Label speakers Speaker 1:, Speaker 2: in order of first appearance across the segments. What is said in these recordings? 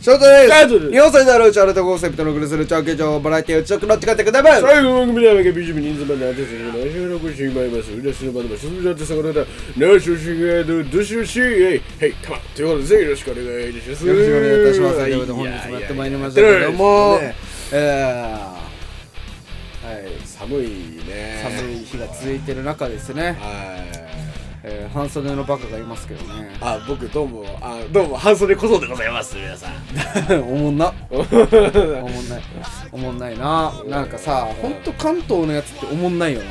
Speaker 1: 翔太です
Speaker 2: カズです
Speaker 1: 日本最大のうちあれとコンセプトのグルスルチャーケ情報バラエティーうちのくのってかってください
Speaker 2: 最後の番組では毎回 BGM 人数まで当ててしまい収録してまいります。浦島バンドマン、鈴木だってさこの方、ナイスシングルドゥシュシー、えい、へい、たま、ということでぜひよろしくお願いいたします。
Speaker 1: よろしくお願いいたします。ということで本日もやってまいりましたけれども、え
Speaker 2: はい、寒いね。
Speaker 1: ー寒い日が続いてる中ですね、
Speaker 2: はい。
Speaker 1: えー半袖のバカがいますけどね
Speaker 2: あ、僕どうも、あ、どうも、半袖小僧でございます、皆さん。
Speaker 1: おもん なおもんないおもんないななんかさほんと関東のやつっておもんないよな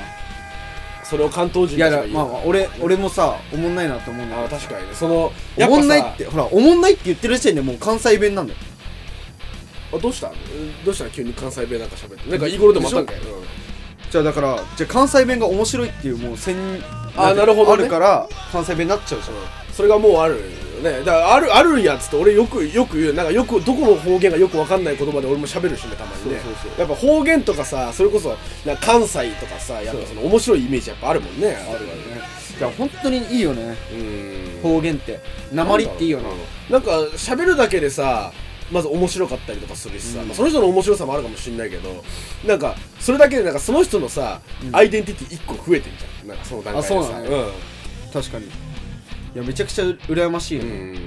Speaker 2: それを関東人
Speaker 1: いや
Speaker 2: たち
Speaker 1: だ
Speaker 2: が言う
Speaker 1: まあまあ俺俺もさおもんないなと思うんだ
Speaker 2: あ
Speaker 1: けど
Speaker 2: 確かにね、その、
Speaker 1: おもんない
Speaker 2: さ
Speaker 1: ってほらおもんないって言ってる時点でもう関西弁なんだよ
Speaker 2: あどうしたうんどうした急に関西弁なんか喋って。なんかいい頃でもあったんかい。うん
Speaker 1: じゃあだからじゃあ関西弁が面白いっていうもう線
Speaker 2: あなるほどね
Speaker 1: あるから関西弁になっちゃうじゃん
Speaker 2: それがもうあるよねだからあるあるやつって俺よくよく言うなんかよくどこの方言がよくわかんない言葉で俺も喋るしねたまにね
Speaker 1: そうそうそう
Speaker 2: やっぱ方言とかさそれこそなんか関西とかさやっぱその面白いイメージやっぱあるもんねあるわね
Speaker 1: いや本当にいいよね
Speaker 2: うん
Speaker 1: 方言って鉛っていいよな
Speaker 2: なんか喋るだけでさまず面白かったりとかするしさ、まあその人の面白さもあるかもしれないけどなんかそれだけでなんかその人のさ、アイデンティティ1個増えてんじゃんなんかその段階でさ
Speaker 1: あそうなのね確かにいやめちゃくちゃ羨ましいよ
Speaker 2: うん、
Speaker 1: ね、
Speaker 2: うん
Speaker 1: い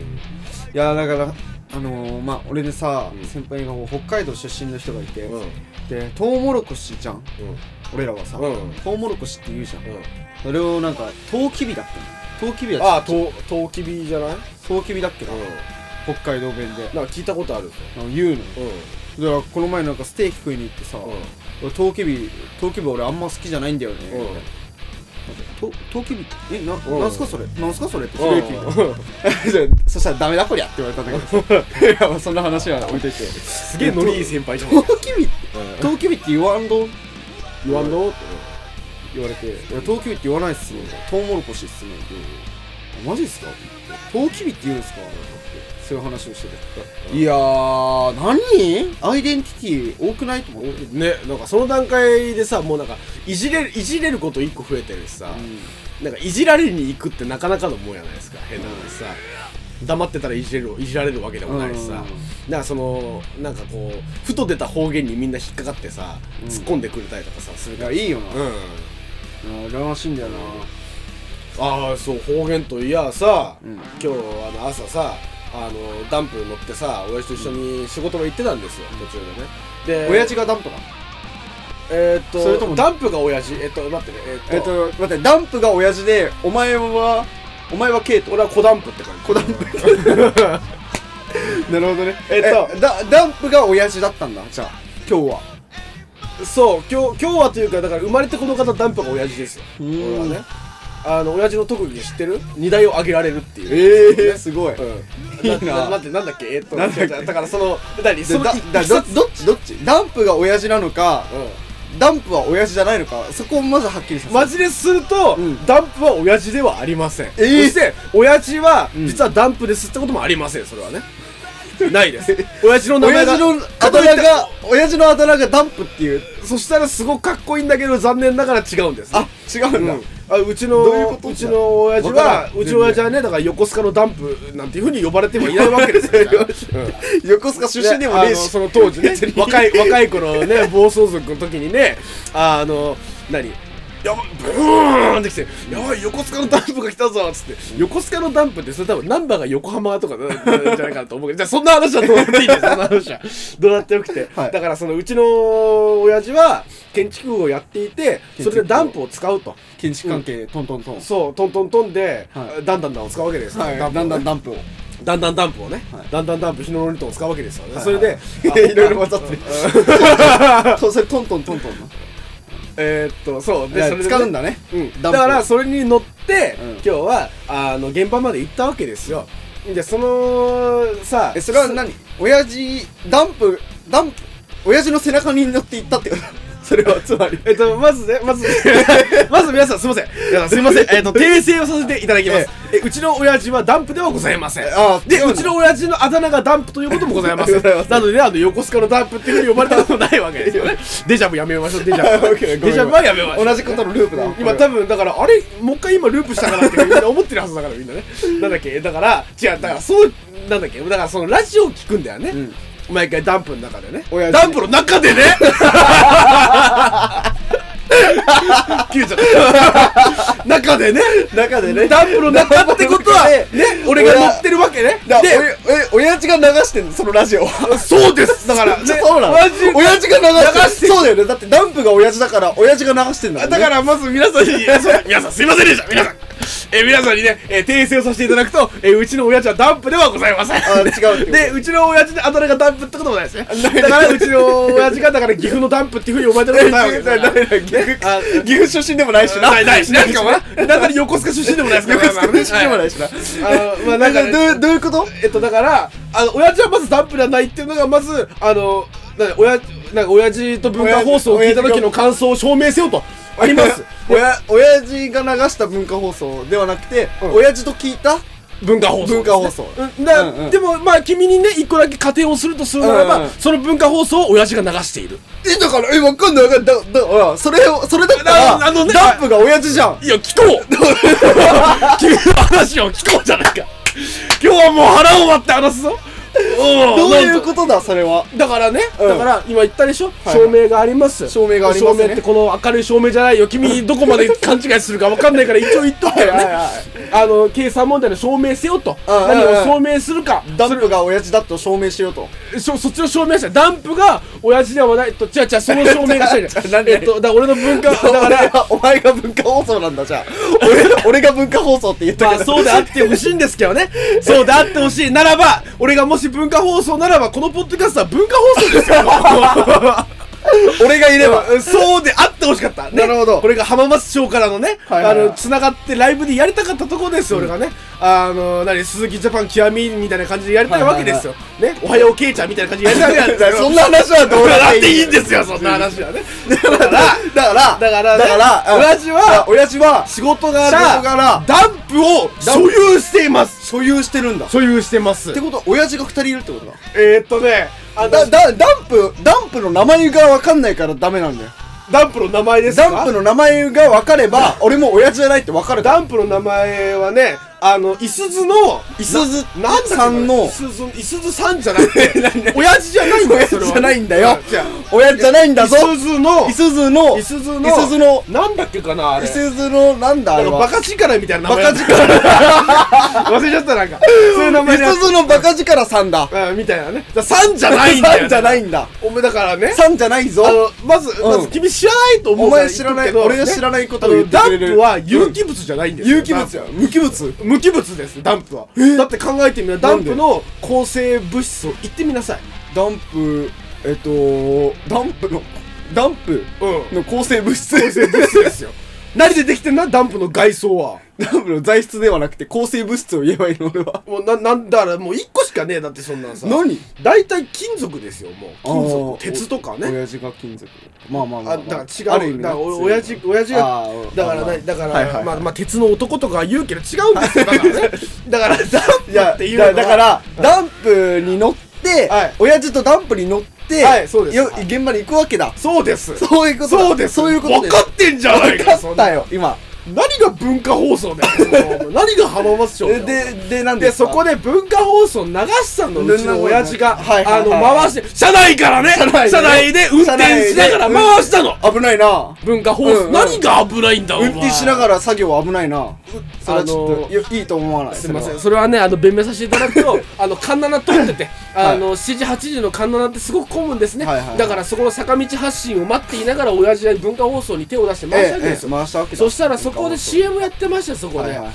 Speaker 1: やだからあのー、まあ俺でさ、
Speaker 2: うん
Speaker 1: 先輩が北海道出身の人がいて、
Speaker 2: うん
Speaker 1: でトウモロコシじゃん
Speaker 2: うん
Speaker 1: 俺らはさ、
Speaker 2: うん
Speaker 1: トウモロコシって言うじゃん、
Speaker 2: うん
Speaker 1: それをなんかトウキビだっけトウキビだっけ
Speaker 2: ああ、とう、とうきびじゃないうん。
Speaker 1: トウキビだっけな、北海道弁で
Speaker 2: なんか聞いたことあるぞ。
Speaker 1: あの言うの
Speaker 2: うん。
Speaker 1: だからこの前なんかステーキ食いに行ってさ、
Speaker 2: う
Speaker 1: 俺トウキビトウキビ俺あんま好きじゃないんだよね、
Speaker 2: ん。
Speaker 1: みたいなトトウキビえな、
Speaker 2: うん
Speaker 1: なんすかそれなんすかそれってひ
Speaker 2: う
Speaker 1: ろ
Speaker 2: ん。
Speaker 1: ゆきみ たいなそしたらダメだこりゃって言われたんだけど いやまあそんな話は置いといて
Speaker 2: す
Speaker 1: す
Speaker 2: げえノリいい
Speaker 1: ト
Speaker 2: 先輩じゃん。
Speaker 1: ウキビトウキビって言わんど
Speaker 2: 言わんの
Speaker 1: 言われて「いやトウキビって言わないっすねトウモロコシっすね」あマジっすか?」トウキビって言うんですか?」そういう話をしてて「いやー何アイデンティティ多くない?」と思って。
Speaker 2: ね、なんかその段階でさ、もうなんか、いじれる、いじれること一個増えてるしさ、なんかいじられに行くってなかなかのもんやないですか、変な話さ。黙ってたらいじれる、いじられるわけでもないしさ。なんかその、なんかこう、ふと出た方言にみんな引っかかってさ、
Speaker 1: うん
Speaker 2: 突っ込んでくれたりとかさ、する
Speaker 1: い
Speaker 2: か
Speaker 1: や
Speaker 2: ら。
Speaker 1: いいよ
Speaker 2: う
Speaker 1: な、
Speaker 2: ん。
Speaker 1: うん、羨ましいんだよな
Speaker 2: ああそう方言といやさ、
Speaker 1: うん
Speaker 2: 今日あの朝さあのダンプ乗ってさ親父と一緒に仕事も行ってたんですよ、途中でねで
Speaker 1: 親父がダンプか
Speaker 2: えーっと
Speaker 1: それとも
Speaker 2: ダンプが親父えっと待ってねえ
Speaker 1: え
Speaker 2: ー
Speaker 1: っ
Speaker 2: っと,、
Speaker 1: と待ってダンプが親父でお前はお前はケイト
Speaker 2: 俺は子ダンプって感じ
Speaker 1: 子ダンプなるほどね
Speaker 2: えっと
Speaker 1: ダダンプが親父だったんだじゃあ今日は
Speaker 2: そう今日今日はというかだから生まれてこの方ダンプが親父ですよ
Speaker 1: うー
Speaker 2: 俺
Speaker 1: ん
Speaker 2: はねあの親父の特技知ってる荷台を上げられるっていう
Speaker 1: ええー、すごい、
Speaker 2: うん、
Speaker 1: いいな
Speaker 2: だってなんだっけえっと
Speaker 1: なんだっけ
Speaker 2: 違う違うだからその何
Speaker 1: で
Speaker 2: その
Speaker 1: だ
Speaker 2: い
Speaker 1: だ
Speaker 2: いき
Speaker 1: ど
Speaker 2: さ
Speaker 1: ど
Speaker 2: つ
Speaker 1: っちどっちダンプが親父なのか
Speaker 2: うん
Speaker 1: ダンプは親父じゃないのかそこをまずはっきりさせ
Speaker 2: マジですると、
Speaker 1: うん
Speaker 2: ダンプは親父ではありません、
Speaker 1: えー
Speaker 2: そして親父は、
Speaker 1: うん
Speaker 2: 実はダンプですってこともありませんそれはねないです親父の名前
Speaker 1: 親
Speaker 2: が
Speaker 1: 父のあ
Speaker 2: かと
Speaker 1: だ
Speaker 2: いっ
Speaker 1: 名
Speaker 2: て
Speaker 1: が親父のあだ名がダンプっていう
Speaker 2: そしたらすごくかっこいいんだけど残念ながら違うんです
Speaker 1: あ違
Speaker 2: う
Speaker 1: うん
Speaker 2: ん
Speaker 1: だ、
Speaker 2: あうちの
Speaker 1: どういうこと
Speaker 2: ちの親父
Speaker 1: わから
Speaker 2: は
Speaker 1: ん
Speaker 2: うちの親父はねだから横須賀のダンプなんていうふうに呼ばれてもいないわけですよ、うん
Speaker 1: 横須賀出身でもねえ
Speaker 2: あの
Speaker 1: し
Speaker 2: その当時ね
Speaker 1: 別に
Speaker 2: 若い若い頃ね暴走族の時にねあの何やばブーンってきて「やばい横須賀のダンプが来たぞ」っつって横須賀のダンプってそれ多分ナンバーが横浜とかななんじゃないかなと思うけどじゃあそんな話はどうだっていいんですそんな話はどうだってよくて、
Speaker 1: はい
Speaker 2: だからそのうちの親父は建築をやっていてそれでダンプを使うと
Speaker 1: 建築関係トントントン、
Speaker 2: そうトントントンで、
Speaker 1: は
Speaker 2: ダンダンダンを使うわけですよ、
Speaker 1: はい、
Speaker 2: ダ
Speaker 1: だ
Speaker 2: ン
Speaker 1: ん
Speaker 2: プを
Speaker 1: だんダンプを
Speaker 2: ねだんだんダンプをね、
Speaker 1: はい
Speaker 2: だんだんダンプ日野のルトンを使うわけですよね、
Speaker 1: はい
Speaker 2: それで
Speaker 1: いろいろ混ざってる
Speaker 2: あ
Speaker 1: そうそれトントントントンな
Speaker 2: えーっとそう
Speaker 1: いや
Speaker 2: それで
Speaker 1: 使うんだね
Speaker 2: うん、
Speaker 1: ダ
Speaker 2: だ
Speaker 1: ンプ
Speaker 2: からそれに乗って、
Speaker 1: うん
Speaker 2: 今日はあの現場まで行ったわけですよでそのさ
Speaker 1: えそれは何親父ダンプダンプ親父の背中に乗って行ったってこと それはつまり
Speaker 2: えっと、まずね、ま ず、まず皆さんすいません。皆さんすいませ ん。えっと、訂正をさせていただきます。えうちの親父はダンプではございません。
Speaker 1: あー
Speaker 2: で、
Speaker 1: 違うの
Speaker 2: うちの親父のあだ名がダンプということもございませ
Speaker 1: ご
Speaker 2: ん。
Speaker 1: ざいません
Speaker 2: なので、 あの、横須賀のダンプっていうふうに呼ばれたこともないわけですよね。デジャブやめましょう、デジ ャ
Speaker 1: オッ
Speaker 2: ブ。
Speaker 1: ケー
Speaker 2: デ
Speaker 1: ごめんごめん
Speaker 2: ジャブはやめましょう。
Speaker 1: 同じことのループだ
Speaker 2: 今多分だから あれもう一回今ループしたからってみんな思ってるはずだからみんなねなんだっけだから違うだからそうなんだっけだからそのラジオを聞くんだよね、
Speaker 1: ん
Speaker 2: 毎回ダンプの中でね
Speaker 1: 親父
Speaker 2: ダンプの中 でね切れちゃった中でね
Speaker 1: 中でね
Speaker 2: ダンプの中ってことはね
Speaker 1: ダンプ
Speaker 2: 俺が乗ってるわけね
Speaker 1: だ
Speaker 2: で
Speaker 1: おやえ親父が流してんの そのラジオ
Speaker 2: そうですだから、ね、
Speaker 1: そうなの
Speaker 2: マジ
Speaker 1: 親父が流して
Speaker 2: 流して
Speaker 1: るそうだよねだってダンプが親父だから親父が流してんだもんね
Speaker 2: だからまず皆さんに、 そう皆さんすいませんでした、皆さん。えー皆さんにね、えー訂正をさせていただくと、えーうちの親父はダンプではございません。
Speaker 1: あー違う
Speaker 2: で、うちの親父のあだ名がダンプってこともないですね。
Speaker 1: ない
Speaker 2: だから、うちの親父が、だから岐阜のダンプっていうふうに呼ばれてることないわ けですから。
Speaker 1: 岐阜岐阜出身でもないしな
Speaker 2: ないないし、なんかもな、なんか横須賀出身でもないですから。
Speaker 1: 横須賀出身でもないしな
Speaker 2: あのまあなんかね
Speaker 1: どうどういうこと
Speaker 2: えっとだからあの親父はまずダンプじゃないっていうのがまずあのなんか親なんか親父と文化放送を聞いた時の感想を証明せよとあります
Speaker 1: 親親父が流した文化放送ではなくて、
Speaker 2: うん
Speaker 1: 親父と聞いた
Speaker 2: 文化放送
Speaker 1: 文化放送
Speaker 2: うんだ
Speaker 1: うんうん
Speaker 2: でもまあ君にね一個だけ仮定をするとするならば、
Speaker 1: うんうん
Speaker 2: その文化放送を親父が流している
Speaker 1: えだからえわかんないわかんないだだほらそれをそれだった
Speaker 2: あ
Speaker 1: ら
Speaker 2: あのね
Speaker 1: ダンプが親父じゃん
Speaker 2: いや聞こう君の話を聞こうじゃないか今日はもう腹を割って話すぞお
Speaker 1: どういう
Speaker 2: と
Speaker 1: ことだそれは
Speaker 2: だからね、
Speaker 1: うん
Speaker 2: だから今言ったでしょ、
Speaker 1: はい
Speaker 2: 照明があります
Speaker 1: 照明がありますね
Speaker 2: 照明ってこの明るい照明じゃないよ君どこまで勘違いするか分かんないから一応言っとくけど
Speaker 1: はい
Speaker 2: ね
Speaker 1: はいは
Speaker 2: あの計算問題の証明せよと
Speaker 1: うんうんうん
Speaker 2: 何を証明するか
Speaker 1: ダンプが親父だと証明しようと
Speaker 2: しょそっちの証明したダンプが親父ではないと違う違うその証明がした い
Speaker 1: なん
Speaker 2: え
Speaker 1: で
Speaker 2: っとだから俺の文化だ
Speaker 1: だ
Speaker 2: か
Speaker 1: かららお前が文化放送なんだじゃあ俺俺が文化放送って言っ
Speaker 2: ま
Speaker 1: た
Speaker 2: あ
Speaker 1: けど、
Speaker 2: そうであってほしいんですけどねそうであってほしいならば俺がもし文化放送ならばこのポッドキャストは文化放送ですよ
Speaker 1: 俺がいれば
Speaker 2: うんそうであってほしかった、ね
Speaker 1: なるほど
Speaker 2: これが浜松町からのね、
Speaker 1: はいはいはい
Speaker 2: あの繋がってライブでやりたかったところですよ、俺がねあの何鈴木ジャパン極みみたいな感じでやりたいわけですよ、ねおはようけいちゃんみたいな感じでやりたいわけです よ
Speaker 1: そんな話はどう
Speaker 2: だ
Speaker 1: だ
Speaker 2: っ
Speaker 1: ってて
Speaker 2: い
Speaker 1: い
Speaker 2: い
Speaker 1: い
Speaker 2: んですよそんな話はねだか
Speaker 1: だからら
Speaker 2: だからね
Speaker 1: だからうん
Speaker 2: 親父は
Speaker 1: 親父は
Speaker 2: 仕事柄
Speaker 1: 仕事柄
Speaker 2: ダンプを所有しています
Speaker 1: 所有してるんだっ
Speaker 2: 所有してます
Speaker 1: てことは親父が2人いるってことだ
Speaker 2: えー、っとねあの
Speaker 1: だだダンプダンプの名前が分かんないからダメなんだよ
Speaker 2: ダンプの名前ですか
Speaker 1: ダンプの名前が分かれば俺も親父じゃないって分かる
Speaker 2: ダンプの名前はねあのいすずの
Speaker 1: いすず
Speaker 2: ななんだっけ
Speaker 1: さんの
Speaker 2: いすずいすずさんじゃ なくて親父じゃないんだよ
Speaker 1: 親父
Speaker 2: それは
Speaker 1: じゃないんだよ
Speaker 2: じゃ
Speaker 1: 親父じゃないんだぞ
Speaker 2: いすずの
Speaker 1: いすずの
Speaker 2: いすずの
Speaker 1: いすずの
Speaker 2: なんだっけかなあれ
Speaker 1: いすずのなんだあ
Speaker 2: なん
Speaker 1: れ
Speaker 2: か
Speaker 1: は
Speaker 2: バカ力みたいな名前
Speaker 1: バカ
Speaker 2: 力 忘れちゃったなんかそういう名前
Speaker 1: い
Speaker 2: だ
Speaker 1: すずのバカ力さんだ
Speaker 2: うんみたいなねださんじゃないんだよ
Speaker 1: さんじゃないんだ
Speaker 2: お前だからね
Speaker 1: さんじゃないぞ
Speaker 2: あのまず、
Speaker 1: ん
Speaker 2: まず君知らないと思う
Speaker 1: お
Speaker 2: から
Speaker 1: 前知らない
Speaker 2: 言っとくけど
Speaker 1: 俺が知らないことを
Speaker 2: あの
Speaker 1: 言って
Speaker 2: ダ
Speaker 1: く
Speaker 2: ン
Speaker 1: れる
Speaker 2: プは有機物じゃないんですよ
Speaker 1: 有機物や無機物
Speaker 2: 無機物ですダンプはだって考えてみればダ
Speaker 1: なん
Speaker 2: ン
Speaker 1: で
Speaker 2: プの構成物質を言ってみなさい
Speaker 1: ダンプえっとダンプのダンプ
Speaker 2: うん
Speaker 1: の構成物質
Speaker 2: 構成物質ですよ何でできてんだダンプの外装は
Speaker 1: ダンプの材質ではなくて構成物質を言えばいいの俺 は
Speaker 2: もうななんだからもう1個しかねえだってそんなんさ
Speaker 1: 何
Speaker 2: 大体金属ですよもう金
Speaker 1: あ
Speaker 2: 属
Speaker 1: ー
Speaker 2: 鉄とかね
Speaker 1: 親父が金属まあまあま
Speaker 2: あ
Speaker 1: あ
Speaker 2: だ
Speaker 1: まあ
Speaker 2: から違う
Speaker 1: る意味ね
Speaker 2: だからお親父親父
Speaker 1: あ
Speaker 2: が
Speaker 1: ー
Speaker 2: だから
Speaker 1: まあ
Speaker 2: ねだか
Speaker 1: はいはいは
Speaker 2: ら
Speaker 1: い
Speaker 2: まあまあ鉄の男とかは言うけど違うんです よだからねだからダン
Speaker 1: い
Speaker 2: プ
Speaker 1: や
Speaker 2: っていうのは
Speaker 1: だだから、ダンプに乗って、
Speaker 2: はい
Speaker 1: 親父とダンプに乗って、
Speaker 2: はいそうです
Speaker 1: よ
Speaker 2: はい
Speaker 1: 現場に行くわけだ
Speaker 2: そうです
Speaker 1: そういうことだ
Speaker 2: そうです
Speaker 1: そういうこと
Speaker 2: 分
Speaker 1: です
Speaker 2: かってんじゃないか
Speaker 1: 分かったよ今
Speaker 2: 何が文化放送だよ 何が浜松町だ
Speaker 1: で
Speaker 2: よ
Speaker 1: ででなん
Speaker 2: で
Speaker 1: です
Speaker 2: そ
Speaker 1: か
Speaker 2: こで文化放送流したのうちの親父が、
Speaker 1: はいはいはい
Speaker 2: あの回して車内からね車内
Speaker 1: 内で
Speaker 2: で運転しながら回したの
Speaker 1: 危ないな
Speaker 2: 文化放送、
Speaker 1: うんうん
Speaker 2: 何が危ないんだお
Speaker 1: 運
Speaker 2: 前
Speaker 1: 転しながら作業は危ないなそれはちょっと、
Speaker 2: あのー
Speaker 1: いやいいと思わない
Speaker 2: すみません
Speaker 1: そ
Speaker 2: それはねあの弁明させていただ くとあの環七通っててあの、7時8時の環七ってすごく混むんですね、
Speaker 1: はいはいはい
Speaker 2: だからそこの坂道発進を待っていながら親父は文化放送に手を出して
Speaker 1: れは
Speaker 2: 回したわけ
Speaker 1: ええ
Speaker 2: で
Speaker 1: え
Speaker 2: す
Speaker 1: え
Speaker 2: よ、
Speaker 1: 回したわけだ
Speaker 2: そしたらそこで
Speaker 1: シ
Speaker 2: CM やってましたよそこ
Speaker 1: は
Speaker 2: で、
Speaker 1: いはいはい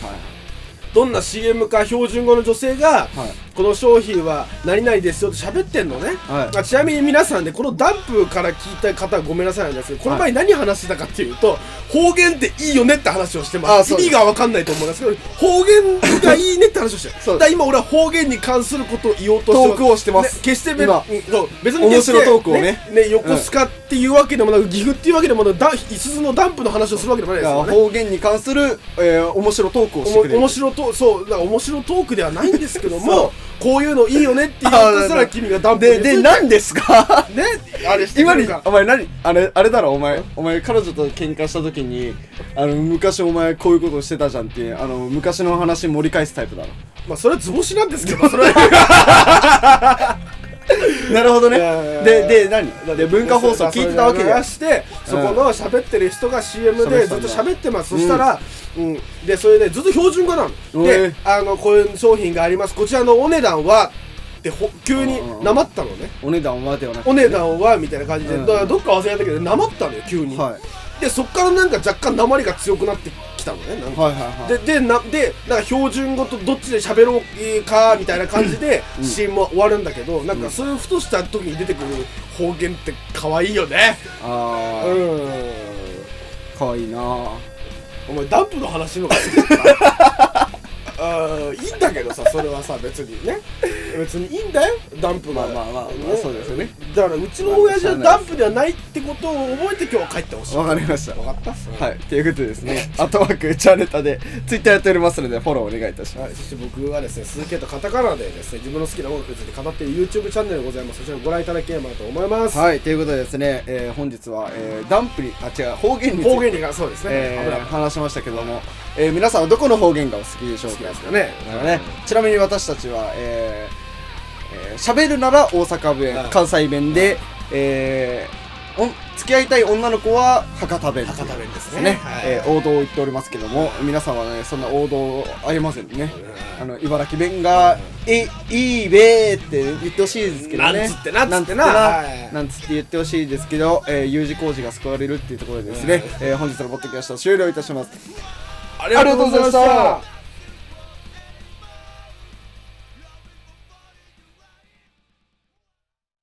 Speaker 2: どんな CM か標準語の女性が、この商品は何々ですよと喋ってんのね、
Speaker 1: はい
Speaker 2: あちなみに皆さんねこのダンプから聞いた方はごめんなさいなんですけどこの前何話してたかっていうと、方言っていいよねって話をしてま
Speaker 1: あ
Speaker 2: す
Speaker 1: そ
Speaker 2: 意
Speaker 1: うです
Speaker 2: 味が分かんないと思いますけど方言がいいねって話をしてる
Speaker 1: そう
Speaker 2: だから今俺は方言に関することを言おうとして
Speaker 1: トークをしてます
Speaker 2: ね決してべ
Speaker 1: 今
Speaker 2: うんそう別に決して
Speaker 1: 面白トークをね
Speaker 2: ね横須賀っていうわけでもなく岐阜っていうわけでもなくだいすずのダンプの話をするわけでもない
Speaker 1: だ
Speaker 2: で
Speaker 1: か
Speaker 2: すよ
Speaker 1: ら
Speaker 2: ね
Speaker 1: 方言に関する、えー、面白トークをしてくれ
Speaker 2: お
Speaker 1: る
Speaker 2: も面白トーそうだから面白トークではないんです けど
Speaker 1: そ
Speaker 2: もこういうのいいよねって言おうとしたら君がダンプ
Speaker 1: でで何ですか
Speaker 2: ねあれして
Speaker 1: 今
Speaker 2: くれ
Speaker 1: に
Speaker 2: るか
Speaker 1: お前何あれあれだろお前お前彼女と喧嘩した時にあの昔お前こういうことしてたじゃんっていうあの昔の話盛り返すタイプだろ
Speaker 2: まあそれは図星なんですけど それは
Speaker 1: なるほどね
Speaker 2: いやいやいや
Speaker 1: でで何で文化放送聞いてたわけ
Speaker 2: で
Speaker 1: じゃん
Speaker 2: してそこの喋ってる人が CM
Speaker 1: 喋っ
Speaker 2: で
Speaker 1: てた
Speaker 2: ずっ
Speaker 1: ん
Speaker 2: と
Speaker 1: だ
Speaker 2: 喋ってますそしたら、うんでそれでずっと標準語なの
Speaker 1: え
Speaker 2: であのこういう商品がありますこちらのお値段はってほ急に
Speaker 1: うんうんうん
Speaker 2: なまったのね
Speaker 1: お値段はではなくて
Speaker 2: お値段はみたいな感じで、
Speaker 1: うん
Speaker 2: だからどっか忘れたけどなまったのよ急に、
Speaker 1: はい
Speaker 2: でそっからなんか若干なまりが強くなってきたのねなんか
Speaker 1: はいはいはい
Speaker 2: ででなでなんか標準語とどっちで喋ろうかみたいな感じで CM は終わるんだけど、なんかそういうふとした時に出てくる方言って可愛いよね
Speaker 1: あ
Speaker 2: う
Speaker 1: ー
Speaker 2: ん
Speaker 1: かわいいなあ
Speaker 2: お前ダンプの話の方が好きだ なうんいいんだけどさそれはさ別にね別にいいんだよダンプ
Speaker 1: ま
Speaker 2: の
Speaker 1: あまあまあまあそうですよね
Speaker 2: だからうちの親父はダンプではないってことを覚えて今日は帰ってほしい
Speaker 1: わかりました
Speaker 2: わかった
Speaker 1: はいということでですね「後枠チャンネタ」でツイッターやっておりますのでフォローお願いいたします
Speaker 2: はい、そして僕はですね、鈴木とカタカナでですね、自分の好きな音楽について語っている YouTube チャンネルがございます。そちらをご覧いただければと思います。
Speaker 1: はい、ということでですね、えー本日は、えーダンプに、あ、違う、方言について
Speaker 2: 方言にがそうですね、
Speaker 1: えー
Speaker 2: 危
Speaker 1: 話しましたけども、えー皆さんはどこの方言がお好きでしょう
Speaker 2: ない。好き
Speaker 1: か
Speaker 2: ですかね。
Speaker 1: ね、ちなみに私たちは、えーえー喋るなら大阪弁、
Speaker 2: はい
Speaker 1: 関西弁で、えーお付き合いたい女の子は博多弁という
Speaker 2: 博多弁ですねはい
Speaker 1: えー王道を言っておりますけども、皆さんはね、そんな王道ありませんね。あの茨城弁が「えいいべ」って言ってほしいですけどね
Speaker 2: なんつってな
Speaker 1: なんつっ
Speaker 2: つっ
Speaker 1: てて
Speaker 2: な
Speaker 1: な
Speaker 2: はい
Speaker 1: なんつって言ってほしいですけど、えー、U 字工事が救われるっていうところでですね、えー本日のポッドキャスト終了いたします
Speaker 2: あ
Speaker 1: りがとうございました